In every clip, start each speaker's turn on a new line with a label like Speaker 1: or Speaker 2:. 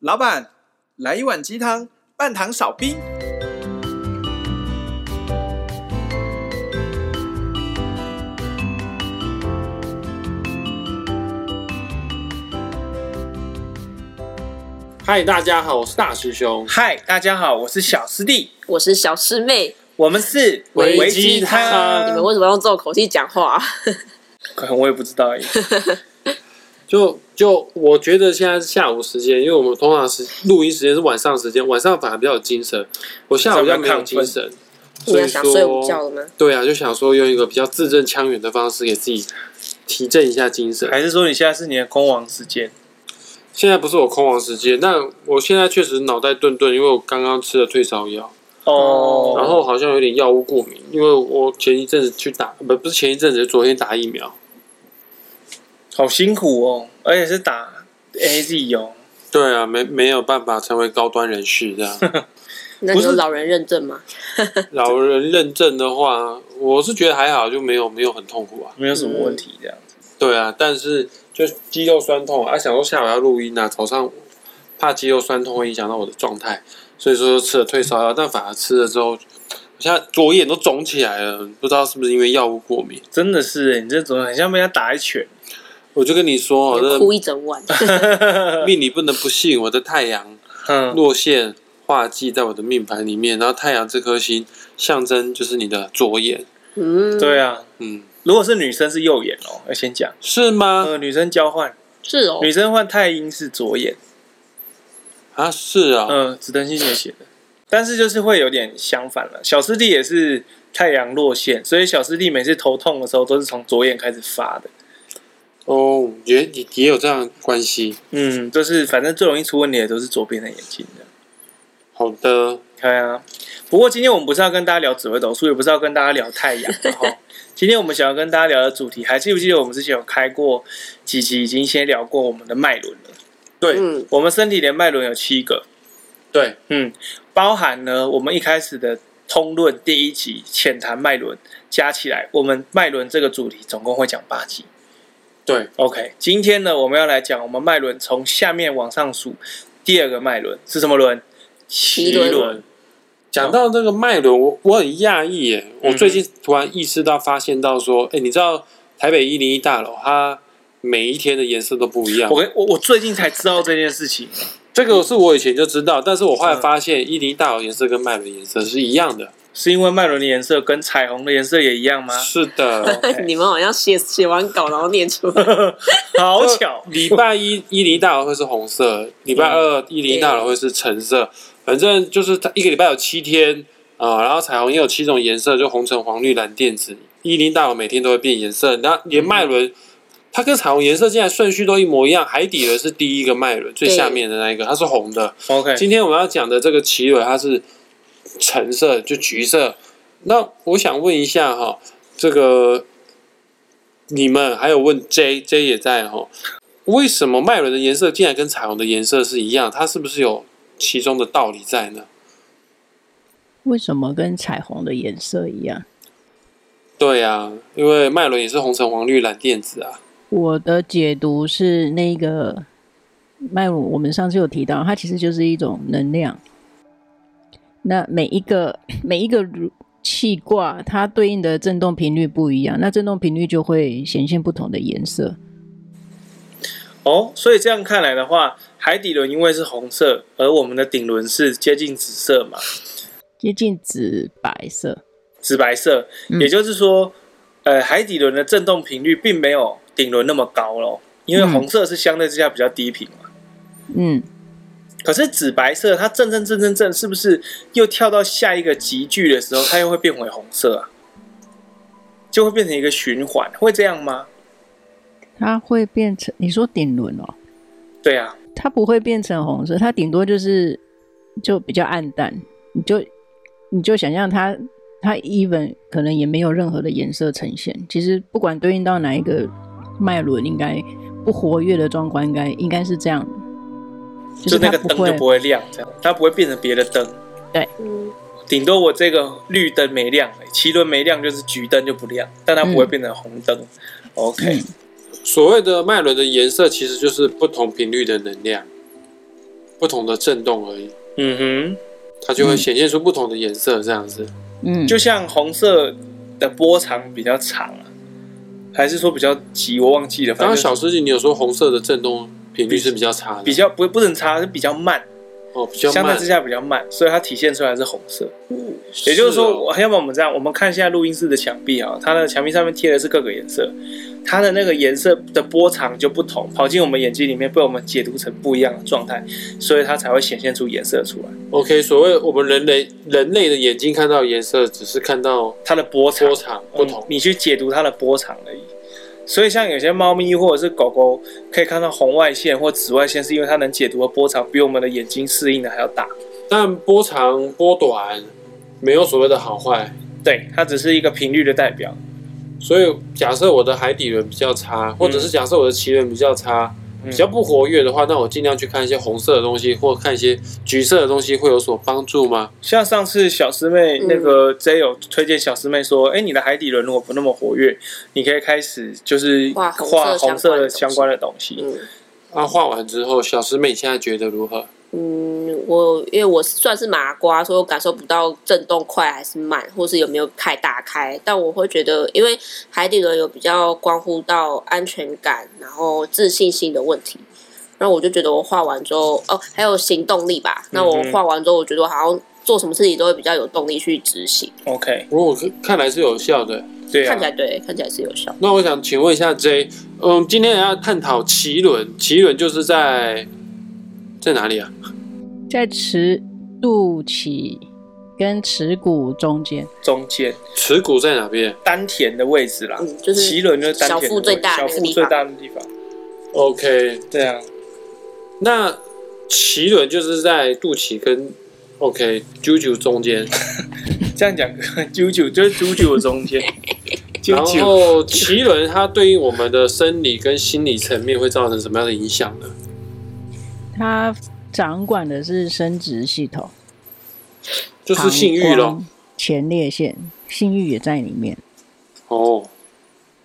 Speaker 1: 老板，来一碗鸡汤，半糖少冰。
Speaker 2: 嗨，大家好，我是大师兄。
Speaker 1: 嗨，大家好，我是小师弟，
Speaker 3: 我是小师妹，
Speaker 1: 我们是
Speaker 2: 微
Speaker 1: 微
Speaker 2: 鸡汤
Speaker 3: 你
Speaker 1: 汤
Speaker 3: 们。为什么用这种口气讲话、啊？
Speaker 1: 可能我也不知道而已，
Speaker 2: 就就我觉得现在是下午时间，因为我们通常是录音时间是晚上时间，晚上反而比较有精神。我下午比较没有精神，
Speaker 3: 你
Speaker 2: 所
Speaker 3: 要
Speaker 2: 以
Speaker 3: 想睡午觉
Speaker 2: 说
Speaker 3: 了吗？
Speaker 2: 对啊，就想说用一个比较字正腔圆的方式给自己提振一下精 神。
Speaker 1: 还是说你现在是你的空王时间？
Speaker 2: 现在不是我空亡时间，但我现在确实脑袋顿顿，因为我刚刚吃了退烧药，
Speaker 1: 哦，
Speaker 2: 然后好像有点药物过敏，因为我前一阵子去打，呃不不是前一阵子，昨天打疫苗。
Speaker 1: 好辛苦哦，而且是打 AZ 哦，
Speaker 2: 对啊，没没有办法成为高端人士这样。
Speaker 3: 那
Speaker 1: 不
Speaker 3: 你
Speaker 1: 是
Speaker 3: 有老人认证吗？
Speaker 2: 老人认证的话，我是觉得还好，就没有没有很痛苦啊。
Speaker 1: 没有什么问题这样。
Speaker 2: 对啊，但是就肌肉酸痛啊，想说下午要录音啊，早上怕肌肉酸痛会影响到我的状态，所以说吃了退烧药，但反而吃了之后，我现在左眼都肿起来了，不知道是不是因为药物过敏。
Speaker 1: 真的是，你这种很像被人家打一拳。
Speaker 2: 我就跟你说哦，
Speaker 3: 哭一整晚，
Speaker 2: 这命你不能不信，我的太阳
Speaker 1: 嗯，
Speaker 2: 落线化忌在我的命盘里面，然后太阳这颗星象征就是你的左眼，
Speaker 3: 嗯，
Speaker 1: 对啊，
Speaker 2: 嗯，
Speaker 1: 如果是女生是右眼哦，要先讲。
Speaker 2: 是吗？
Speaker 1: 呃，女生交换，
Speaker 3: 是哦
Speaker 1: 女，生换太阴是左眼，
Speaker 2: 啊，是啊，
Speaker 1: 嗯，紫藤新姐写的，但是就是会有点相反了。小师弟也是太阳落线，所以小师弟每次头痛的时候都是从左眼开始发的。
Speaker 2: 哦，也也也有这样的关系。
Speaker 1: 嗯，就是反正最容易出问题的都是左边的眼睛的。
Speaker 2: 好的，
Speaker 1: 对啊，不过今天我们不是要跟大家聊紫微斗数，也不是要跟大家聊太阳，然后今天我们想要跟大家聊的主题，还记不记得我们之前有开过几集，已经先聊过我们的脉轮了？对
Speaker 3: 嗯
Speaker 1: 我们身体的脉轮有七个，
Speaker 2: 对，
Speaker 1: 嗯，包含呢，我们一开始的通论第一集浅谈脉轮，加起来，我们脉轮这个主题总共会讲八集。
Speaker 2: 对
Speaker 1: ，OK，今天呢，我们要来讲我们脉轮从下面往上数，第二个脉轮是什么轮？
Speaker 3: 脐
Speaker 1: 轮
Speaker 3: 轮
Speaker 2: 讲到这个脉轮，我我很讶异耶！我最近突然意识到，发现到说，哎、你知道台北一零一大楼，它每一天的颜色都不一样
Speaker 1: 我。跟我我最近才知道这件事情，
Speaker 2: 这个是我以前就知道，但是我后来发现，一零一大楼颜色跟脉轮颜色是一样的。
Speaker 1: 是因为脉轮的颜色跟彩虹的颜色也一样 吗？
Speaker 2: 是的，
Speaker 1: OK
Speaker 3: 你们好像写写完稿然后念出来，
Speaker 1: 好巧，
Speaker 2: 礼拜一一零一大楼会是红色，礼拜二一零一大楼会是橙色，反正就是它一个礼拜有七天啊、然后彩虹也有七种颜色，就红橙黄绿蓝靛紫。一零大楼每天都会变颜色，然后连脉轮，它跟彩虹颜色竟然顺序都一模一样。海底轮是第一个脉轮，最下面的那一个，它是红的。
Speaker 1: OK，
Speaker 2: 今天我们要讲的这个奇轮，它是橙色，就橘色。那我想问一下哈，这个你们还有问 J J 也在哈，为什么脉轮的颜色竟然跟彩虹的颜色是一样？它是不是有其中的道理在呢？
Speaker 4: 为什么跟彩虹的颜色一样？
Speaker 2: 对啊，因为脉轮也是红橙黄绿蓝靛紫啊。
Speaker 4: 我的解读是那个麦乳，我们上次有提到，它其实就是一种能量。那每一个每一个如气卦，它对应的振动频率不一样，那振动频率就会显现不同的颜色。
Speaker 1: 哦，所以这样看来的话，海底轮因为是红色，而我们的顶轮是接近紫色嘛，
Speaker 4: 接近紫白色，
Speaker 1: 紫白色，
Speaker 4: 嗯
Speaker 1: 也就是说，呃，海底轮的振动频率并没有顶轮那么高咯，因为
Speaker 4: 嗯
Speaker 1: 红色是相对之下比较低频嘛。
Speaker 4: 嗯，
Speaker 1: 可是紫白色它震震震震震，是不是又跳到下一个集聚的时候，它又会变回红色啊？就会变成一个循环，会这样吗？
Speaker 4: 它会变成你说顶轮哦，
Speaker 1: 对啊，
Speaker 4: 它不会变成红色，它顶多就是就比较暗淡，你就你就想象它它 even 可能也没有任何的颜色呈现。其实不管对应到哪一个脉轮，应该不活跃的状况，应该应该是这样的，
Speaker 1: 就是那
Speaker 4: 它
Speaker 1: 个
Speaker 4: 不
Speaker 1: 灯就
Speaker 4: 会
Speaker 1: 不会亮，这样它不会变成别的灯。
Speaker 3: 嗯，
Speaker 1: 顶多我这个绿灯没亮、七轮没亮就是橘灯就不亮，但它不会
Speaker 4: 嗯
Speaker 1: 变成红灯。OK，、
Speaker 4: 嗯
Speaker 2: 所谓的脉轮的颜色，其实就是不同频率的能量。不同的震动而已，
Speaker 1: 嗯
Speaker 2: 它就会显现出不同的颜色这样子。
Speaker 4: 嗯，
Speaker 1: 哼，就像红色的波长比较长啊，还是说比较急？我忘记了，
Speaker 2: 刚
Speaker 1: 反
Speaker 2: 刚
Speaker 1: 正
Speaker 2: 小师姐你有说红色的震动频率是比较差的，
Speaker 1: 比较不不能差，是比较慢，
Speaker 2: 哦比较
Speaker 1: 相
Speaker 2: 慢
Speaker 1: 对之，下比较慢，所以它体现出来是红色。
Speaker 3: 嗯，
Speaker 1: 也就是
Speaker 2: 是
Speaker 1: 说，
Speaker 2: 哦
Speaker 1: 我要不然我们这样，我们看现在录音室的墙壁啊，它的墙壁上面贴的是各个颜色，它的那个颜色的波长就不同，跑进我们眼睛里面，被我们解读成不一样的状态，所以它才会显现出颜色出来，
Speaker 2: OK，所谓我们人类人类的眼睛看到颜色，只是看到
Speaker 1: 它的波长
Speaker 2: 波长不同
Speaker 1: 嗯，你去解读它的波长而已。所以像有些猫咪或者是狗狗可以看到红外线或紫外线，是因为它能解读的波长比我们的眼睛适应的还要大。
Speaker 2: 但波长波短没有所谓的好坏。
Speaker 1: 对，它只是一个频率的代表。
Speaker 2: 所以假设我的海底轮比较差，或者是假设我的脐轮比较差，
Speaker 1: 嗯
Speaker 2: 比较不活跃的话，那我尽量去看一些红色的东西，或看一些橘色的东西，会有所帮助吗？
Speaker 1: 像上次小师妹
Speaker 3: 嗯
Speaker 1: 那个 J 有推荐小师妹说，哎、你的海底轮如果不那么活跃，你可以开始就是
Speaker 3: 画红色
Speaker 1: 画红色的
Speaker 3: 相
Speaker 1: 相
Speaker 3: 关
Speaker 1: 关的东西。
Speaker 3: 嗯
Speaker 2: 啊，画完之后，小师妹你现在觉得如何？
Speaker 3: 嗯，我因为我算是麻瓜，所以我感受不到震动快还是慢，或是有没有太打开。但我会觉得，因为海底轮有比较关乎到安全感，然后自信心的问题。然后我就觉得我画完之后，哦，还有行动力吧。那我
Speaker 1: 嗯哼
Speaker 3: 画完之后，我觉得我好像做什么事情都会比较有动力去执行。
Speaker 1: OK，
Speaker 2: 如果看来是有效的，
Speaker 1: 对
Speaker 3: 看
Speaker 1: 啊
Speaker 3: 起，来对，看起来是有效。
Speaker 2: 那我想请问一下 J，嗯，今天要探讨脐轮，脐轮就是在在哪里啊？
Speaker 4: 在尺肚脐跟耻骨中间，
Speaker 1: 中间
Speaker 2: 耻骨在哪边
Speaker 1: 丹田的位置啦，
Speaker 3: 嗯就是
Speaker 1: 脐轮就是丹田的
Speaker 3: 小腹最大的
Speaker 1: 位
Speaker 3: 那
Speaker 1: 置小
Speaker 3: 个地
Speaker 1: 腹
Speaker 3: 方
Speaker 1: 最大的地方。
Speaker 2: ？OK，
Speaker 1: 对啊，
Speaker 2: 那脐轮就是在肚脐跟 OK 啾啾中间，
Speaker 1: 这样讲，啾啾就是啾啾的中 间，啾
Speaker 2: 然
Speaker 1: 啾
Speaker 2: 后脐轮它对于我们的生理跟心理层面会造成什么样的影响呢？
Speaker 4: 它掌管的是生殖系统，
Speaker 2: 就是性欲
Speaker 4: 膀
Speaker 2: 咯。
Speaker 4: 胱、前列腺，性欲也在里面。
Speaker 2: 哦，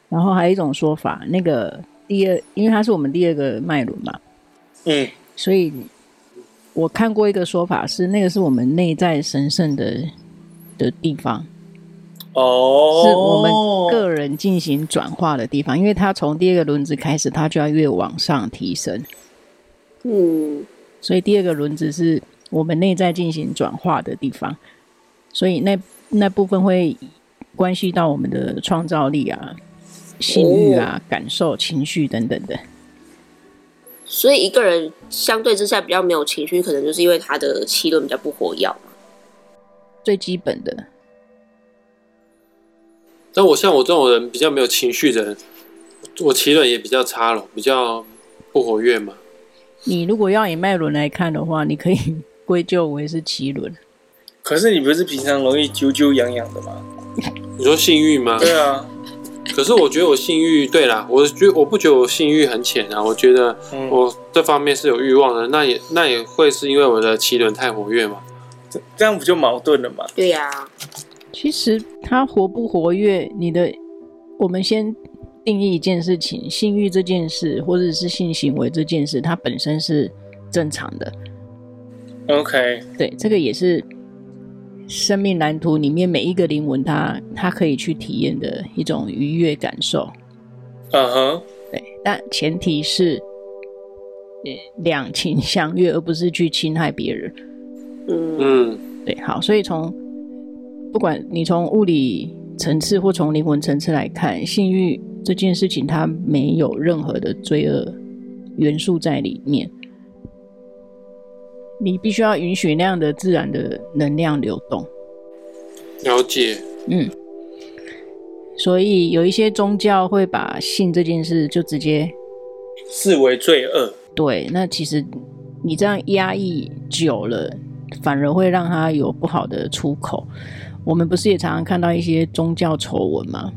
Speaker 4: 然后还有一种说法，那个第二，因为它是我们第二个脉轮嘛，
Speaker 1: 嗯，
Speaker 4: 所以我看过一个说法是，那个是我们内在神圣的的地方，
Speaker 1: 哦，
Speaker 4: 是我们个人进行转化的地方，因为它从第二个轮子开始，它就要越往上提升，
Speaker 3: 嗯，
Speaker 4: 所以第二个轮子是我们内在进行转化的地方，所以那那部分会关系到我们的创造力啊、性欲啊、感受、情绪等等的。
Speaker 3: 所以一个人相对之下比较没有情绪，可能就是因为他的气轮比较不活跃嘛。
Speaker 4: 最基本的，
Speaker 2: 但我像我这种人比较没有情绪的人，我脐轮也比较差了，比较不活跃嘛。
Speaker 4: 你如果要以脉轮来看的话，你可以 归咎为是脐轮。
Speaker 1: 可是你不是平常容易啾啾痒痒的吗？
Speaker 2: 你说性欲吗？
Speaker 1: 对啊，
Speaker 2: 可是我觉得我性欲，对啦，我觉我不觉得我性欲很浅啊，我觉得
Speaker 1: 嗯，
Speaker 2: 我这方面是有欲望的，那也那也会是因为我的脐轮太活跃嘛。
Speaker 1: 这样不就矛盾了吗？
Speaker 3: 对呀、
Speaker 4: 其实它活不活跃，你的我们先定义一件事情，性欲这件事，或者是性行为这件事，它本身是正常的。
Speaker 1: OK，
Speaker 4: 对，这个也是生命蓝图里面每一个灵魂它它可以去体验的一种愉悦感受。
Speaker 1: 嗯哼，
Speaker 4: 对，但前提是呃两情相悦，而不是去侵害别人。
Speaker 3: 嗯，
Speaker 2: 嗯，
Speaker 4: 对，好，所以从不管你从物理层次或从灵魂层次来看，性欲这件事情，它没有任何的罪恶元素在里面。你必须要允许那样的自然的能量流动，
Speaker 2: 了解。
Speaker 4: 所以有一些宗教会把性这件事就直接
Speaker 1: 视为罪恶。
Speaker 4: 对，那其实你这样压抑久了，反而会让它有不好的出口。我们不是也常常看到一些宗教丑闻吗？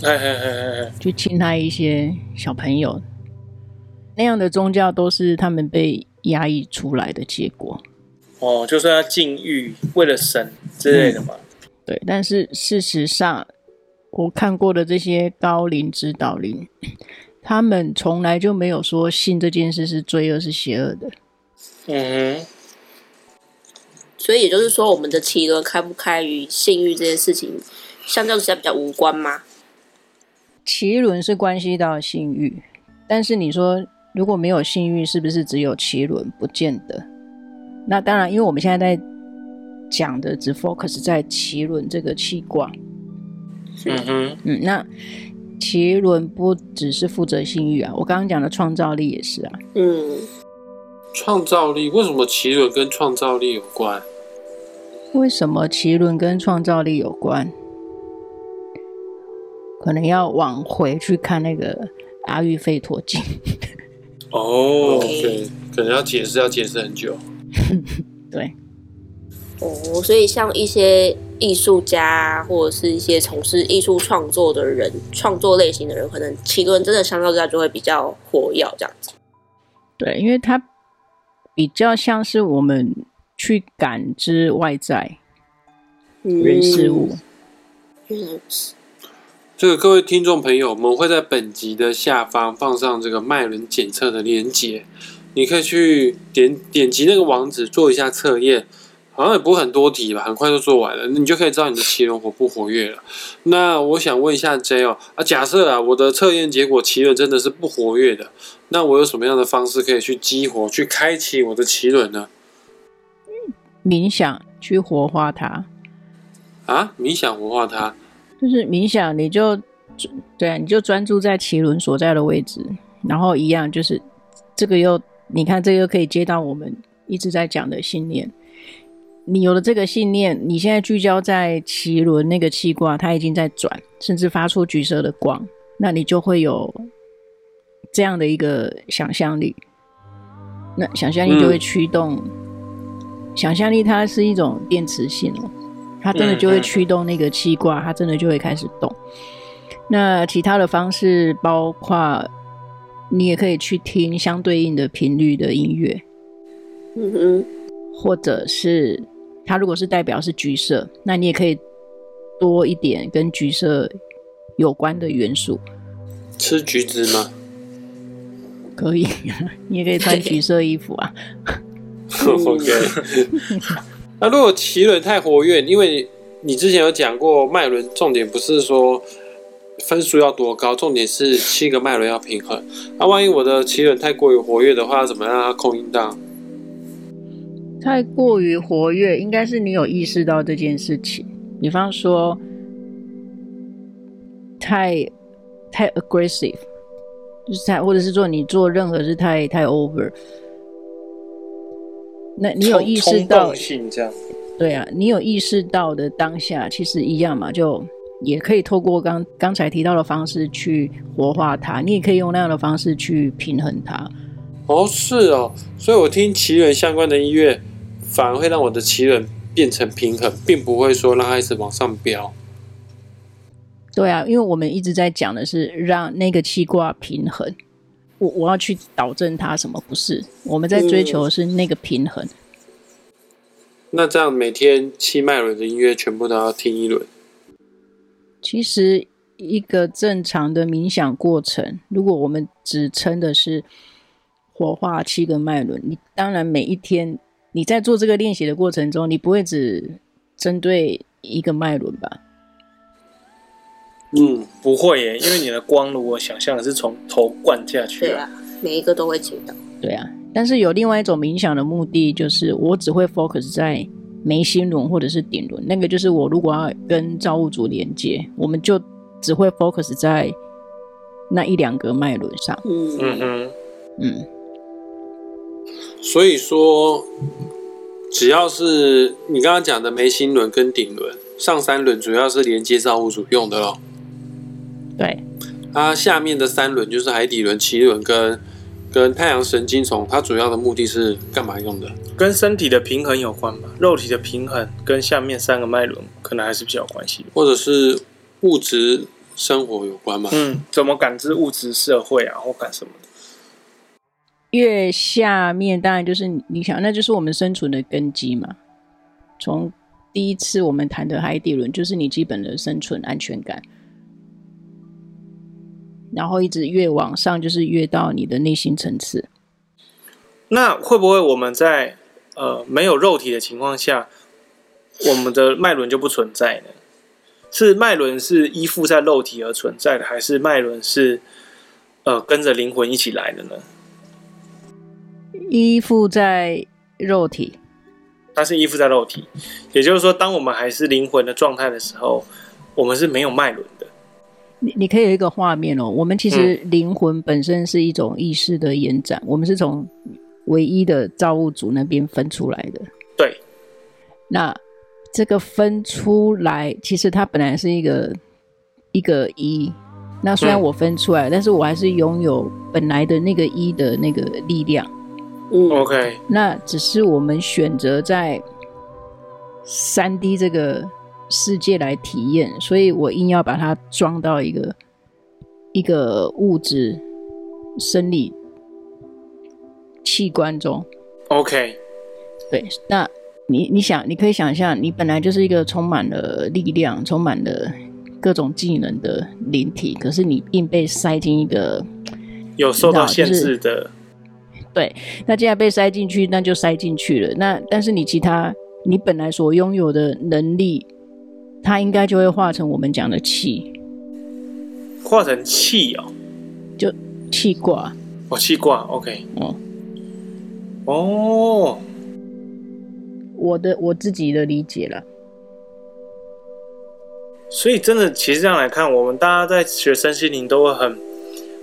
Speaker 1: 嘿嘿嘿嘿嘿，
Speaker 4: 去侵害一些小朋友，那样的宗教都是他们被压抑出来的结果。
Speaker 1: 哦，就算要禁欲，为了神之类的嘛。
Speaker 4: 对，但是事实上，我看过的这些高龄指导灵， 他们从来就没有说性这件事是罪恶、是邪恶的。
Speaker 1: 嗯哼，
Speaker 3: 所以也就是说，我们的奇轮开不开与性欲这件事情，相较之下比较无关吗？
Speaker 4: 脐轮是关系到性欲，但是你说如果没有性欲，是不是只有脐轮？不见得。那当然，因为我们现在在讲的只 focus 在脐轮这个器官，
Speaker 1: 嗯哼，
Speaker 4: 嗯，那脐轮不只是负责性欲啊，我刚刚讲的创造力也是啊，
Speaker 3: 嗯，
Speaker 2: 创造力为什么奇轮跟创造力有关？
Speaker 4: 为什么奇轮跟创造力有关？可能要往回去看那个《阿育吠陀经》
Speaker 1: 哦，
Speaker 2: 对，可能要解释，要解释很久。
Speaker 4: 对，
Speaker 3: 哦，所以像一些艺术家或者是一些从事艺术创作的人，创作类型的人，可能奇轮真的相较之下就会比较活跃这样子。
Speaker 4: 对，因为它比较像是我们去感知外在
Speaker 3: 嗯
Speaker 4: 人事物。
Speaker 3: 原来如此
Speaker 2: 这个各位听众朋友，我们会在本集的下方放上这个脉轮检测的链接，你可以去点点击那个网址做一下测验，好像也不会很多题吧，很快就做完了，你就可以知道你的奇轮活不活跃了。那我想问一下 J 哦，啊，假设啊我的测验结果奇轮真的是不活跃的，那我有什么样的方式可以去激活、去开启我的奇轮呢？
Speaker 4: 冥想去活化它，
Speaker 2: 啊，冥想活化它，
Speaker 4: 就是冥想，你就对啊，你就专注在奇轮所在的位置，然后一样就是这个又你看，这个又可以接到我们一直在讲的信念。你有了这个信念，你现在聚焦在奇轮那个气卦，它已经在转，甚至发出橘色的光，那你就会有这样的一个想象力。那想象力就会驱动，想象力它是一种电磁性哦，它真的就会驱动那个气卦，它真的就会开始动。那其他的方式包括，你也可以去听相对应的频率的音乐，
Speaker 3: 嗯哼，
Speaker 4: 或者是它如果是代表是橘色，那你也可以多一点跟橘色有关的元素，
Speaker 2: 吃橘子吗？
Speaker 4: 可以， 你也可以穿橘色衣服啊。
Speaker 2: OK，那 如果奇轮太活跃，因为你之前有讲过脉轮，重点不是说分数要多高，重点是七个脉轮要平衡。那、万一我的奇轮太过于活跃的话，要怎么让它空音档？
Speaker 4: 太过于活跃，应该是你有意识到这件事情。比方说，太太 aggressive，就是太，或者是说你做任何事太太 over。那你有意识
Speaker 1: 冲
Speaker 4: 到
Speaker 1: 动，性这样，
Speaker 4: 对啊，你有意识到的当下，其实一样嘛，就也可以透过刚刚才提到的方式去活化它，你也可以用那样的方式去平衡它。
Speaker 2: 哦，是哦，所以我听奇轮相关的音乐，反而会让我的奇轮变成平衡，并不会说让它一直往上飙。
Speaker 4: 对啊，因为我们一直在讲的是让那个气卦平衡，我我要去导正它什么不是？我们在追求的是那个平衡。
Speaker 2: 那这样每天七脉轮的音乐全部都要听一轮。
Speaker 4: 其实一个正常的冥想过程，如果我们只称的是活化七个脉轮，你当然每一天你在做这个练习的过程中，你不会只针对一个脉轮吧？
Speaker 2: 嗯，
Speaker 1: 不会耶，因为你的光如果想象的是从头灌下去
Speaker 3: 对
Speaker 1: 啊，
Speaker 3: 啊，每一个都会提到。
Speaker 4: 对啊，但是有另外一种冥想的目的，就是我只会 focus 在眉心轮或者是顶轮，那个就是我如果要跟造物主连接，我们就只会 focus 在那一两个脉轮上。
Speaker 3: 嗯
Speaker 1: 嗯哼，
Speaker 4: 嗯，
Speaker 2: 所以说，只要是你刚刚讲的眉心轮跟顶轮，上三轮主要是连接造物主用的咯。
Speaker 4: 对，
Speaker 2: 它下面的三轮就是海底轮、脐轮跟跟太阳神经丛，它主要的目的是干嘛用的？
Speaker 1: 跟身体的平衡有关吧，肉体的平衡跟下面三个脉轮可能还是比较有关系的。
Speaker 2: 或者是物质生活有关嘛？
Speaker 1: 嗯，怎么感知物质社会啊，或感什么的？
Speaker 4: 越下面当然就是你你想，那就是我们生存的根基嘛。从第一次我们谈的海底轮，就是你基本的生存安全感，然后一直越往上，就是越到你的内心层次。
Speaker 1: 那会不会我们在呃没有肉体的情况下，我们的脉轮就不存在呢？是脉轮是依附在肉体而存在的，还是脉轮是呃跟着灵魂一起来的呢？
Speaker 4: 依附在肉体，
Speaker 1: 它是依附在肉体，也就是说，当我们还是灵魂的状态的时候，我们是没有脉轮的。
Speaker 4: 你你可以有一个画面哦。我们其实灵魂本身是一种意识的延展，我们是从唯一的造物主那边分出来的。
Speaker 1: 对，
Speaker 4: 那这个分出来，其实它本来是一个一个一。那虽然
Speaker 2: 嗯
Speaker 4: 我分出来，但是我还是拥有本来的那个一的那个力量。
Speaker 3: 嗯，
Speaker 1: OK，
Speaker 4: 那只是我们选择在三 D 这个世界来体验，所以我硬要把它装到一个一个物质生理器官中。
Speaker 1: OK，
Speaker 4: 对，那你你想，你可以想象，你本来就是一个充满了力量、充满了各种技能的灵体，可是你硬被塞进一个
Speaker 1: 有受到限
Speaker 4: 就
Speaker 1: 制
Speaker 4: 是
Speaker 1: 的，
Speaker 4: 那既然被塞进去，那就塞进去了。那但是你其他你本来所拥有的能力，它应该就会化成我们讲的气
Speaker 1: 化成气哦，
Speaker 4: 气卦。
Speaker 1: 哦气卦 OK，
Speaker 4: 哦，
Speaker 1: 哦，
Speaker 4: 我的我自己的理解了。
Speaker 1: 所以真的，其实这样来看，我们大家在学身心灵都会很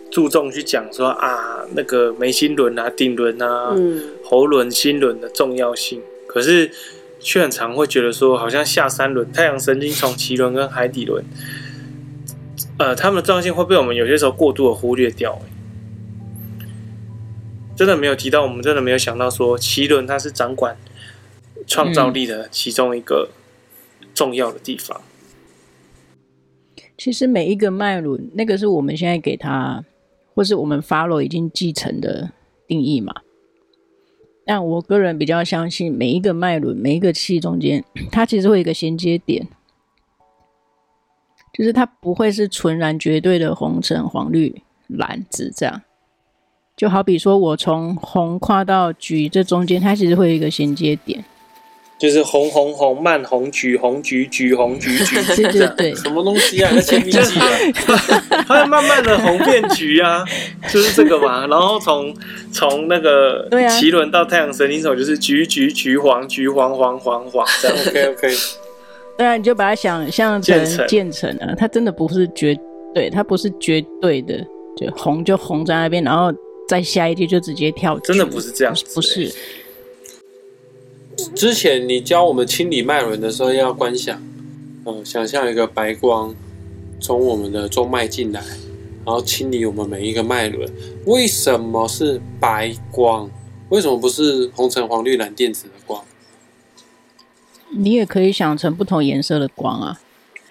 Speaker 1: 注重去讲说啊，那个眉心轮啊、顶轮啊、
Speaker 3: 嗯，
Speaker 1: 喉轮、心轮的重要性，可是却很常会觉得说，好像下三轮太阳神经丛脐轮跟海底轮，呃，它们的重要性会被我们有些时候过度的忽略掉、欸真的没有提到，我们真的没有想到说，脐轮它是掌管创造力的其中一个重要的地方。
Speaker 4: 其实每一个脉轮，那个是我们现在给它，或是我们 follow 已经继承的定义嘛。但我个人比较相信，每一个脉轮、每一个气中间，它其实会有一个衔接点，就是它不会是纯然绝对的红橙黄绿蓝紫这样。就好比说，我从红跨到橘，这中间它其实会有一个衔接点。
Speaker 1: 就是红红红慢红橘红橘橘红橘橘，
Speaker 4: 对对对，
Speaker 2: 什么东西啊？在签笔记 啊？
Speaker 1: 它会慢慢的红变橘啊，就是这个嘛。然后从从那个
Speaker 4: 对啊
Speaker 1: 脐轮到太阳神经丛，就是橘橘橘黄橘黄黄黄黄这 样。
Speaker 2: OK OK，
Speaker 4: 当然，你就把它想象
Speaker 1: 建
Speaker 4: 成
Speaker 1: 成
Speaker 4: 建成啊，它真的不是绝对，它不是绝对的，就红就红在那边，然后再下一季就直接跳去，
Speaker 1: 真的不是这样
Speaker 4: 不
Speaker 1: 子哎
Speaker 4: 是不是，
Speaker 2: 之前你教我们清理脉轮的时候要观想，嗯，想象一个白光从我们的中脉进来，然后清理我们每一个脉轮。为什么是白光？为什么不是红橙黄绿蓝靛紫的光？
Speaker 4: 你也可以想成不同颜色的光啊。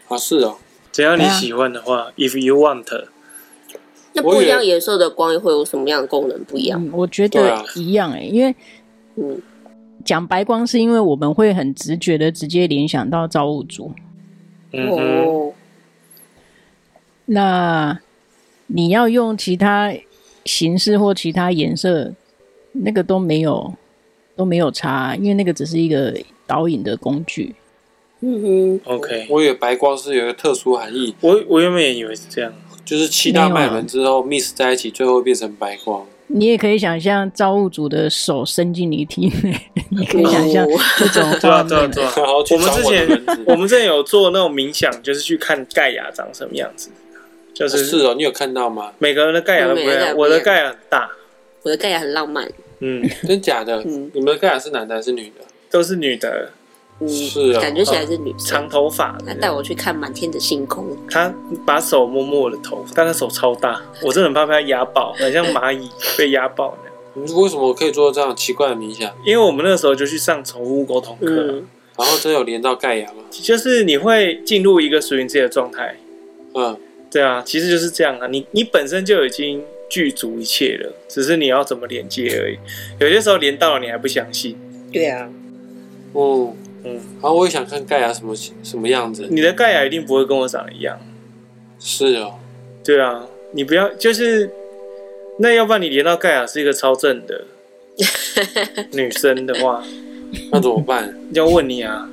Speaker 2: 啊，是哦，
Speaker 1: 只要你喜欢的话，if you want，
Speaker 3: 那
Speaker 2: 我以为
Speaker 3: 不一样颜色的光会有什么样的功能不一样？
Speaker 4: 嗯，我觉
Speaker 2: 对
Speaker 4: 得
Speaker 2: 啊
Speaker 4: 一样哎、因为
Speaker 3: 嗯
Speaker 4: 讲白光是因为我们会很直觉的直接联想到造物主，
Speaker 1: 嗯哼，
Speaker 3: 哦，
Speaker 4: 那你要用其他形式或其他颜色，那个都没有都没有差，啊因为那个只是一个导引的工具。
Speaker 3: 嗯哼，
Speaker 1: ，OK。
Speaker 2: 我以为白光是有一个特殊含义，
Speaker 1: 我我原本也以为是这样，
Speaker 2: 就是七大脉轮之后
Speaker 1: 啊
Speaker 2: mix 在一起，最后变成白光。
Speaker 4: 你也可以想象造物主的手伸进你体内，你可以想象
Speaker 3: 哦
Speaker 4: 这种
Speaker 1: 对
Speaker 4: 画
Speaker 1: 啊对啊
Speaker 4: 面。
Speaker 1: 对啊。
Speaker 2: 然后去
Speaker 1: 我们
Speaker 2: 找
Speaker 1: 之
Speaker 2: 我的
Speaker 1: 前
Speaker 2: 轮子啊
Speaker 1: 我们之前有做那种冥想，就是去看盖亚长什么样子，就
Speaker 2: 就是
Speaker 1: 是
Speaker 2: 哦，你有看到吗？
Speaker 1: 每个人的盖亚都不一
Speaker 3: 每个人
Speaker 1: 样，
Speaker 3: 的不一样
Speaker 1: 我的盖亚很大，
Speaker 3: 我的盖亚很浪漫，
Speaker 1: 嗯，
Speaker 2: 真假的？
Speaker 3: 嗯
Speaker 2: 你们的盖亚是男的还是女的？
Speaker 1: 都是女的，
Speaker 3: 嗯，
Speaker 2: 是啊
Speaker 3: 感觉起来是女生
Speaker 1: 长。头发的，
Speaker 3: 她带我去看满天的星空，
Speaker 1: 他把手摸摸我的头，但他手超大，我真的很怕被他压爆，很像蚂蚁被压爆那样
Speaker 2: 你为什么可以做这样奇怪的冥想？
Speaker 1: 因为我们那时候就去上宠物沟通课，
Speaker 3: 嗯，
Speaker 2: 然后真有连到盖亚吗？
Speaker 1: 就是你会进入一个属于你自己的状态，
Speaker 2: 嗯，
Speaker 1: 对啊，其实就是这样啊，你你本身就已经具足一切了，只是你要怎么连接而已。有些时候连到了你还不相信，
Speaker 3: 对啊，
Speaker 2: 哦，
Speaker 1: 嗯
Speaker 2: 嗯，然后我也想看盖亚什么什么样子。
Speaker 1: 你的盖亚一定不会跟我长得一样，
Speaker 2: 是哦，
Speaker 1: 对啊，你不要就是那要不然你连到盖亚是一个超正的，女生的话，
Speaker 2: 那怎么办
Speaker 1: 要问你啊，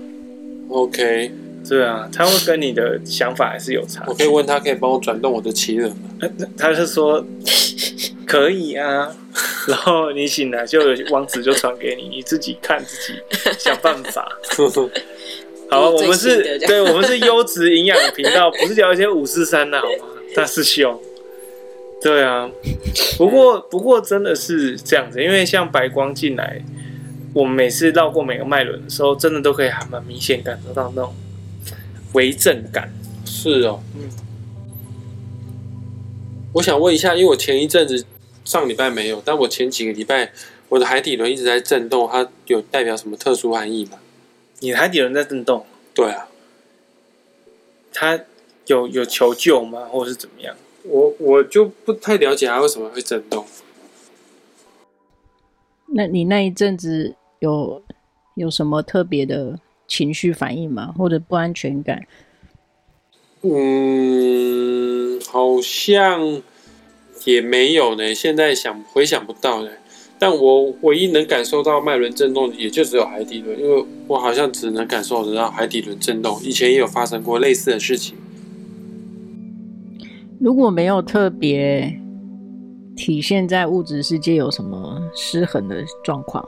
Speaker 2: ？OK，
Speaker 1: 对啊，他会跟你的想法还是有差
Speaker 2: 我。可以问他，可以帮我转动我的奇人吗？
Speaker 1: 他是说可以 啊，然后你醒来就有网址就传给你，你自己看自己想办 法。好，
Speaker 3: 嗯
Speaker 1: 我们
Speaker 3: 最新
Speaker 1: 是
Speaker 3: 的这样
Speaker 1: 对，我们是优质营养频道，不是聊一些五四三的好吗？大师兄，对啊，不 过不过真的是这样子，因为像白光进来，我们每次绕过每个脉轮的时候，真的都可以还蛮明显感受到那种微震感。
Speaker 2: 是哦，
Speaker 1: 嗯
Speaker 2: 我想问一下，因为我前一阵子上礼拜没有，但我前几个礼拜我的海底轮一直在震动，它有代表什么特殊含义吗？
Speaker 1: 你的海底轮在震动，
Speaker 2: 对啊，
Speaker 1: 他有有求救吗，或者是怎么样？
Speaker 2: 我我就不太了解它为什么会震动。
Speaker 4: 那你那一阵子有有什么特别的情绪反应吗？或者不安全感？
Speaker 2: 嗯，好像也没有呢，现在想回想不到呢。但我唯一能感受到脉轮震动，也就只有海底轮，因为我好像只能感受得到海底轮震动。以前也有发生过类似的事情。
Speaker 4: 如果没有特别体现在物质世界有什么失衡的状况，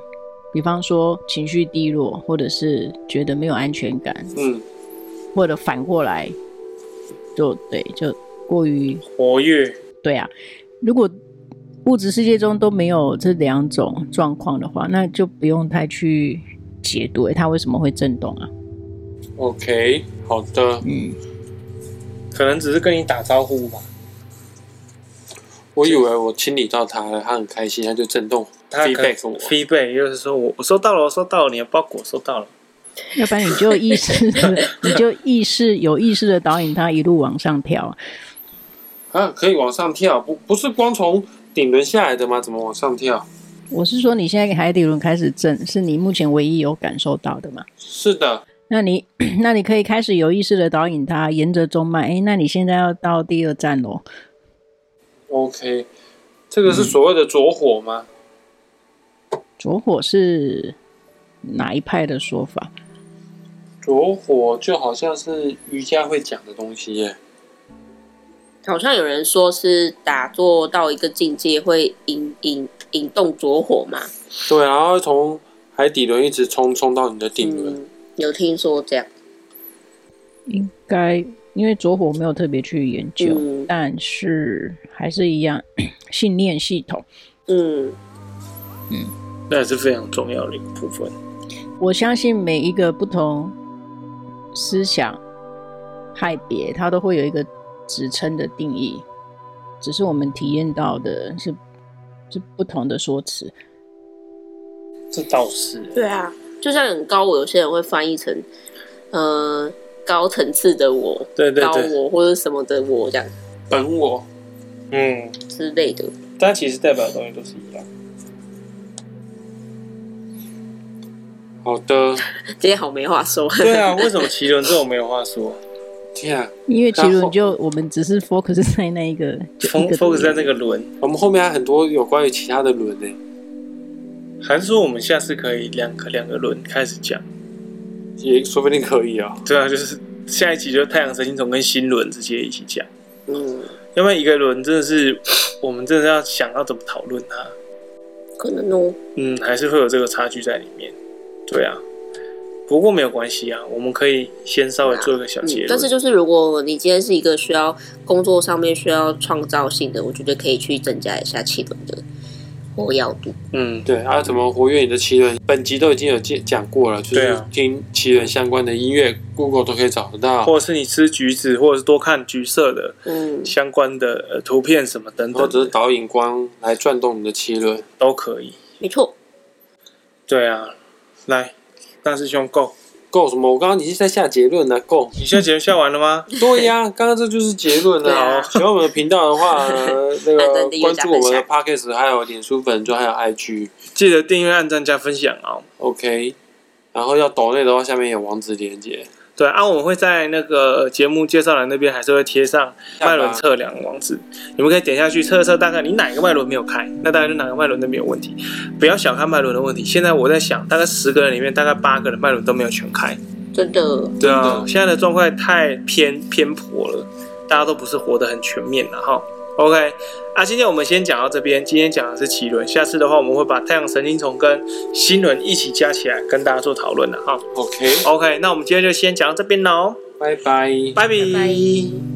Speaker 4: 比方说情绪低落，或者是觉得没有安全感，
Speaker 2: 嗯，
Speaker 4: 或者反过来，就对，就过于
Speaker 1: 活跃，
Speaker 4: 对啊。如果物质世界中都没有这两种状况的话，那就不用太去解读、诶它为什么会震动啊？
Speaker 2: OK，好的，
Speaker 4: 嗯，
Speaker 1: 可能只是跟你打招呼吧。
Speaker 2: 我以为我清理到他了，他很开心，他就震动
Speaker 1: 他可
Speaker 2: feedback 我。
Speaker 1: feedback 就是说我我收到了，我收到了，你的包裹收到了。
Speaker 4: 要不然你就意识的，你就意识有意识的导引它一路往上跳啊。
Speaker 2: 啊，可以往上跳，不不是光从顶轮下来的吗？怎么往上跳？
Speaker 4: 我是说，你现在海底轮开始震，是你目前唯一有感受到的嘛？
Speaker 2: 是的，
Speaker 4: 那你那你可以开始有意识的导引它，沿着中脉。诶，那你现在要到第二站喽。
Speaker 2: OK，这个是所谓的着火吗？
Speaker 4: 着火是哪一派的说法？
Speaker 2: 着火就好像是瑜伽会讲的东西耶。
Speaker 3: 好像有人说是打坐到一个境界会引引引动着火嘛，
Speaker 2: 对啊，然后从海底轮一直冲冲到你的顶轮。
Speaker 3: 嗯，有听说这样，
Speaker 4: 应该因为着火我没有特别去研究，
Speaker 3: 嗯
Speaker 4: 但是还是一样 信念系统。
Speaker 3: 嗯，
Speaker 1: 那也是非常重要的一个部分。
Speaker 4: 我相信每一个不同思想派别，它都会有一个职称的定义，只是我们体验到的是是不同的说辞。
Speaker 1: 这倒是，
Speaker 3: 对啊，就像很高我，有些人会翻译成呃高层次的我、
Speaker 1: 对对
Speaker 3: 高
Speaker 1: 对，
Speaker 3: 我或者什么的我这样
Speaker 2: 本我
Speaker 1: 嗯，
Speaker 3: 之类的，
Speaker 1: 但其实代表的东西都是一 样。
Speaker 2: 好的，
Speaker 3: 今天好没话说，
Speaker 1: 对啊，为什么奇轮这种没有话说
Speaker 2: 天啊，
Speaker 4: 因为其
Speaker 2: 然
Speaker 4: 实
Speaker 2: 后
Speaker 4: 就我们只是 focus 在那一个就一个
Speaker 1: ？focus 在那个轮，
Speaker 2: 我们后面还很多有关于其他的轮呢，
Speaker 1: 还是说我们下次可以两个两个轮开始讲？
Speaker 2: 也说不定可以啊。
Speaker 1: 对啊，就是下一集就是太阳神经丛跟新轮直接一起讲，
Speaker 3: 嗯，
Speaker 1: 要不然一个轮真的是我们真的要想要怎么讨论它。
Speaker 3: 可能哦，
Speaker 1: 嗯，还是会有这个差距在里面。对啊，不过没有关系啊，我们可以先稍微做一个小结
Speaker 3: 嗯
Speaker 1: 论。，
Speaker 3: 但是就是如果你今天是一个需要工作上面需要创造性的，我觉得可以去增加一下气氛的活跃度，
Speaker 1: 嗯，
Speaker 2: 对啊，怎么活跃你的奇人？本集都已经有介讲过了，就
Speaker 1: 对
Speaker 2: 是
Speaker 1: 啊
Speaker 2: 听奇人相关的音乐，Google 都可以找得到。
Speaker 1: 或者是你吃橘子，或者是多看橘色的
Speaker 3: 嗯，
Speaker 1: 相关的呃图片什么等
Speaker 2: 或
Speaker 1: 等
Speaker 2: 者是
Speaker 1: 的，
Speaker 2: 导引光来转动你的奇轮。
Speaker 1: 都可以。
Speaker 3: 没错，
Speaker 1: 对啊，来，大师兄够，
Speaker 2: 够什么？我刚刚已经在下结论了，够。
Speaker 1: 你现在节目下完了 吗？
Speaker 2: 对呀、刚刚这就是结论
Speaker 3: 对
Speaker 2: 了。
Speaker 3: 啊
Speaker 2: 喜欢我们的频道的 话，呃那
Speaker 3: 按
Speaker 2: 个
Speaker 3: 赞订阅
Speaker 2: 关注我们的
Speaker 3: 加
Speaker 2: podcast，还有脸书粉专，还有 IG。
Speaker 1: 记得订阅、按赞、加分享哦。
Speaker 2: OK，然后要抖内的话，下面有网址连接。
Speaker 1: 对啊，我们会在那个节目介绍栏那边还是会贴上脉轮测量网址，你们可以点下去测测，大概你哪一个脉轮没有开，那大概就哪个脉轮都没有问题。不要小看脉轮的问题，现在我在想，大概十个人里面，大概八个人脉轮都没有全开。
Speaker 3: 真的，
Speaker 2: 对啊，
Speaker 1: 现在的状况太偏偏颇了，大家都不是活得很全面了哈。OK，啊，今天我们先讲到这边，今天讲的是脐轮，下次的话我们会把太阳神经丛跟心轮一起加起来跟大家做讨论了哈。
Speaker 2: ，OK，
Speaker 1: OK，那我们今天就先讲到这边喽，
Speaker 2: 拜拜。
Speaker 1: 拜拜。
Speaker 3: 拜。